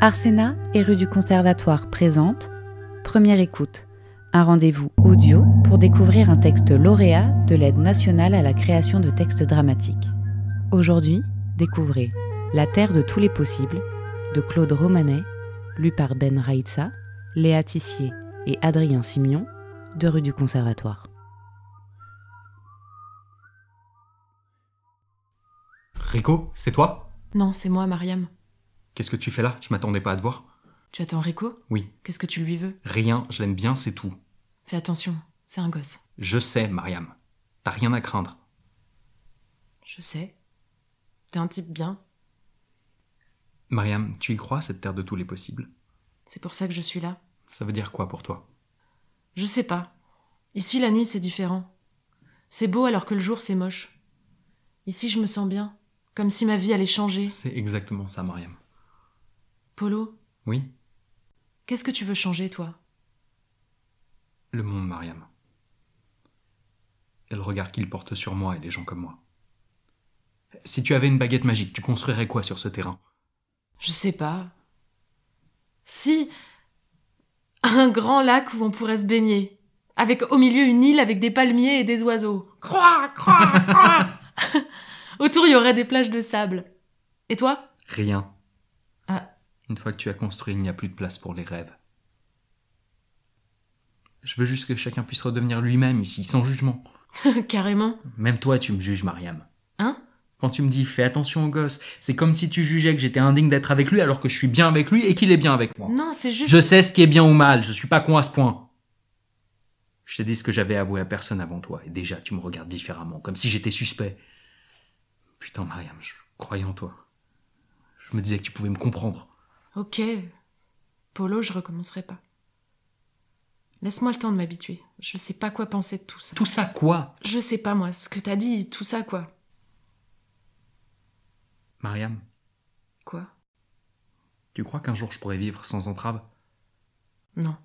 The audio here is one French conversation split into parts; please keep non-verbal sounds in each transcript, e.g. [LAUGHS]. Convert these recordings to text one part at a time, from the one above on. Arsena et rue du Conservatoire présente Première écoute, un rendez-vous audio pour découvrir un texte lauréat de l'aide nationale à la création de textes dramatiques. Aujourd'hui, découvrez La terre de tous les possibles de Claude Romanet, lu par Ben Raïtsa, Léa Tissier et Adrien Simion de rue du Conservatoire. Rico, c'est toi Non, c'est moi, Mariam. Qu'est-ce que tu fais là Je m'attendais pas à te voir. Tu attends Rico Oui, Qu'est-ce que tu lui veux rien, je l'aime bien, c'est tout. Fais attention, c'est un gosse. Je sais, Mariam. T'as rien à craindre. Je sais. T'es un type bien. Mariam, tu y crois, cette terre de tous les possibles C'est pour ça que je suis là. Ça veut dire quoi pour toi Je sais pas. Ici, la nuit, c'est différent. C'est beau alors que le jour, c'est moche. Ici, je me sens bien. Comme si ma vie allait changer. C'est exactement ça, Mariam. Polo, Oui, qu'est-ce que tu veux changer, toi le monde, Mariam. Et le regard qu'il porte sur moi et les gens comme moi. Si tu avais une baguette magique, tu construirais quoi sur ce terrain Je sais pas. Si. Un grand lac où on pourrait se baigner. Avec au milieu une île avec des palmiers et des oiseaux. Croix, croix, croix [LAUGHS] Autour, il y aurait des plages de sable. Et toi [LAUGHS] Rien. Ah. Une fois que tu as construit, il n'y a plus de place pour les rêves. Je veux juste que chacun puisse redevenir lui-même ici, sans jugement. Carrément. Même toi, tu me juges, Mariam. Hein Quand tu me dis fais attention au gosse, c'est comme si tu jugeais que j'étais indigne d'être avec lui alors que je suis bien avec lui et qu'il est bien avec moi. Non, c'est juste. Je sais ce qui est bien ou mal, je suis pas con à ce point. Je t'ai dit ce que j'avais avoué à personne avant toi, et déjà tu me regardes différemment, comme si j'étais suspect. Putain, Mariam, je croyais en toi. Je me disais que tu pouvais me comprendre. Ok. Polo, je recommencerai pas. Laisse-moi le temps de m'habituer. Je sais pas quoi penser de tout ça. Tout ça quoi Je sais pas, moi, ce que t'as dit, tout ça, quoi. Mariam, Quoi tu crois qu'un jour je pourrais vivre sans entrave Non.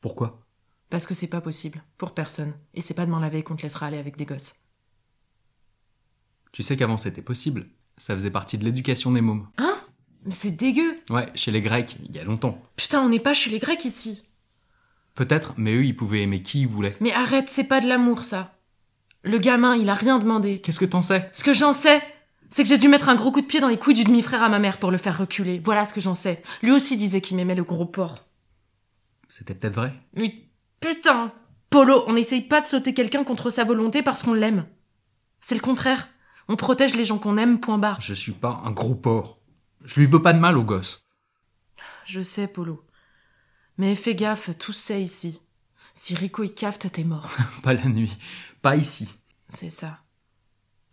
Pourquoi Parce que c'est pas possible. Pour personne. Et c'est pas demain la veille qu'on te laissera aller avec des gosses. Tu sais qu'avant c'était possible, ça faisait partie de l'éducation des mômes. Hein Mais c'est dégueu Ouais, chez les Grecs, il y a longtemps. Putain, on n'est pas chez les Grecs ici Peut-être, mais eux, ils pouvaient aimer qui ils voulaient. Mais arrête, c'est pas de l'amour, ça Le gamin, il a rien demandé. Qu'est-ce que t'en sais Ce que j'en sais, c'est que j'ai dû mettre un gros coup de pied dans les couilles du demi-frère à ma mère pour le faire reculer. Voilà ce que j'en sais. Lui aussi disait qu'il m'aimait le gros porc. C'était peut-être vrai. Mais putain Polo, on n'essaye pas de sauter quelqu'un contre sa volonté parce qu'on l'aime. C'est le contraire. On protège les gens qu'on aime, point barre. Je suis pas un gros porc. Je lui veux pas de mal au gosse. Je sais, Polo. Mais fais gaffe, tout c'est ici. Si Rico y cafte, t'es mort. [LAUGHS] Pas la nuit. Pas ici. C'est ça.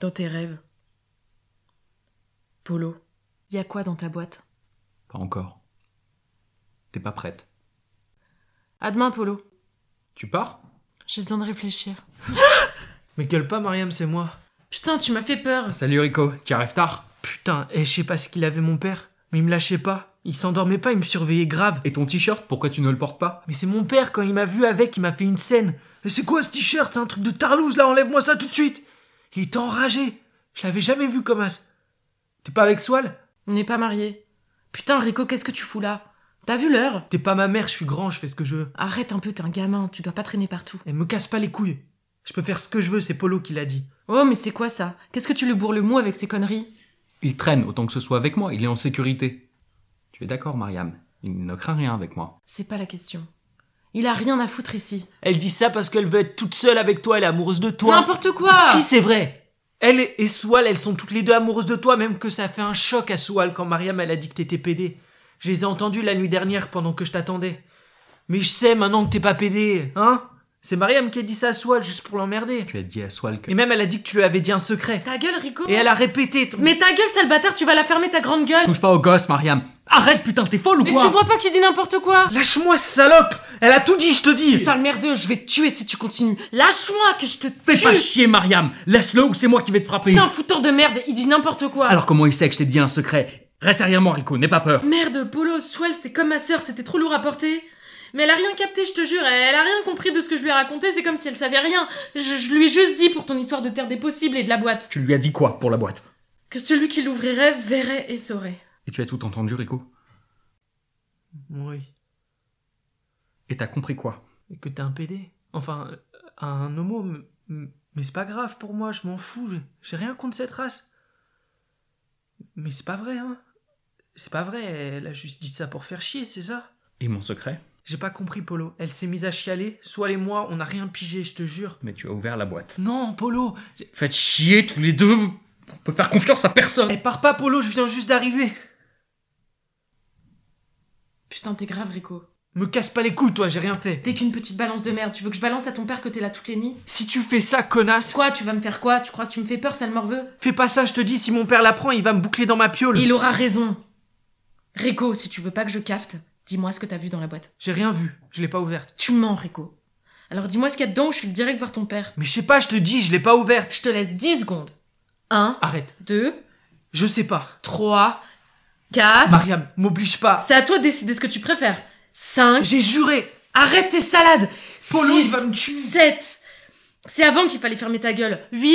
Dans tes rêves. Polo, y a quoi dans ta boîte Pas encore. T'es pas prête. À demain, Polo. Tu pars J'ai besoin de réfléchir. Mais gueule pas, Mariam, c'est moi. Putain, tu m'as fait peur. Salut Rico, tu arrives tard Putain, et je sais pas ce qu'il avait mon père, mais il me lâchait pas. Il s'endormait pas, il me surveillait grave. Et ton t-shirt, pourquoi tu ne le portes pas Mais c'est mon père, quand il m'a vu avec, il m'a fait une scène. Mais c'est quoi ce t-shirt C'est un truc de tarlouse, là, enlève-moi ça tout de suite Il était enragé. Je l'avais jamais vu comme as. T'es pas avec Swal On n'est pas mariés. Putain, Rico, qu'est-ce que tu fous là T'as vu l'heure T'es pas ma mère, je suis grand, je fais ce que je veux. Arrête un peu, t'es un gamin, tu dois pas traîner partout. Elle me casse pas les couilles. Je peux faire ce que je veux, c'est Polo qui l'a dit. Oh, mais c'est quoi ça Qu'est-ce que tu le bourres le mot avec ces conneries Il traîne autant que ce soit avec moi, il est en sécurité. Tu es d'accord, Mariam Il ne craint rien avec moi. C'est pas la question. Il a rien à foutre ici. Elle dit ça parce qu'elle veut être toute seule avec toi, elle est amoureuse de toi. N'importe quoi Si c'est vrai Elle et Swal, elles sont toutes les deux amoureuses de toi, même que ça a fait un choc à Swal quand Mariam elle a dit que t'étais pédé. Je les ai entendues la nuit dernière pendant que je t'attendais. Mais je sais maintenant que t'es pas pédé, hein C'est Mariam qui a dit ça à Swal juste pour l'emmerder. Tu as dit à Swal que. Et même elle a dit que tu lui avais dit un secret. Ta gueule, Rico Et elle a répété ton... Mais ta gueule, sale bâtard, tu vas la fermer ta grande gueule Touche pas au gosse, Mariam Arrête, putain, t'es folle ou Mais quoi tu vois pas qu'il dit n'importe quoi Lâche-moi, salope Elle a tout dit, je te dis Sale merdeux, je vais te tuer si tu continues. Lâche-moi que je te Fais pas tue chier, Mariam Laisse-le ou c'est moi qui vais te frapper C'est un fouteur de merde, il dit n'importe quoi. Alors comment il sait que je t'ai dit un secret Reste derrière moi, Rico, n'aie pas peur Merde, Polo, Swell, c'est comme ma sœur, c'était trop lourd à porter. Mais elle a rien capté, je te jure, elle a rien compris de ce que je lui ai raconté, c'est comme si elle savait rien. Je, je lui ai juste dit pour ton histoire de Terre des Possibles et de la boîte. Tu lui as dit quoi pour la boîte Que celui qui l'ouvrirait verrait et saurait. Et tu as tout entendu, Rico Oui. Et t'as compris quoi Et que t'es un PD. Enfin, euh, un homo, m- m- mais c'est pas grave pour moi, je m'en fous, j'ai- j'ai rien contre cette race. Mais c'est pas vrai, hein. C'est pas vrai, elle a juste dit ça pour faire chier, c'est ça Et mon secret J'ai pas compris, Polo. Elle s'est mise à chialer, soit les moi, on n'a rien pigé, je te jure. Mais tu as ouvert la boîte. Non, Polo Faites chier tous les deux On peut faire confiance à personne Elle part pas, Polo, je viens juste d'arriver Putain, t'es grave, Rico. Me casse pas les couilles, toi, j'ai rien fait T'es qu'une petite balance de merde. Tu veux que je balance à ton père que t'es là toutes les nuits Si tu fais ça, connasse, Quoi Tu vas me faire quoi Tu crois que tu me fais peur, sale morveux fais pas ça, je te dis, si mon père l'apprend, il va me boucler dans ma piole Il aura raison. Rico, si tu veux pas que je cafte, dis-moi ce que t'as vu dans la boîte. J'ai rien vu, je l'ai pas ouverte. Tu mens, Rico. Alors dis-moi ce qu'il y a dedans ou je file direct voir ton père. Mais je sais pas, je te dis, je l'ai pas ouverte Je te laisse 10 secondes. 1, Arrête, 2, je sais pas. 3, 4. Mariam, m'oblige pas. C'est à toi de décider ce que tu préfères. 5. J'ai juré. Arrête tes salades Polo, il va me tuer. 7. C'est avant qu'il fallait fermer ta gueule. 8,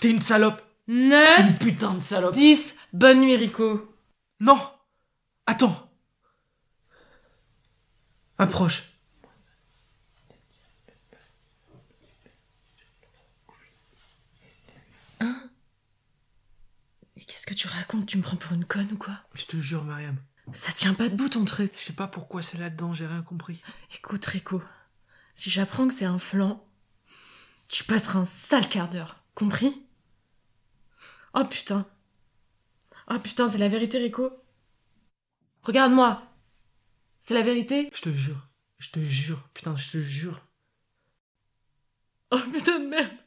T'es une salope. 9, Une putain de salope. 10. Bonne nuit, Rico. Non. Attends. Approche. Mais qu'est-ce que tu racontes Tu me prends pour une conne ou quoi Je te jure, Mariam. Ça tient pas debout ton truc. Je sais pas pourquoi c'est là-dedans, j'ai rien compris. Écoute, Rico, si j'apprends que c'est un flanc, tu passeras un sale quart d'heure, compris Oh putain. Oh putain, c'est la vérité, Rico. Regarde-moi. C'est la vérité Je te jure. Je te jure. Putain, je te jure. Oh putain de merde.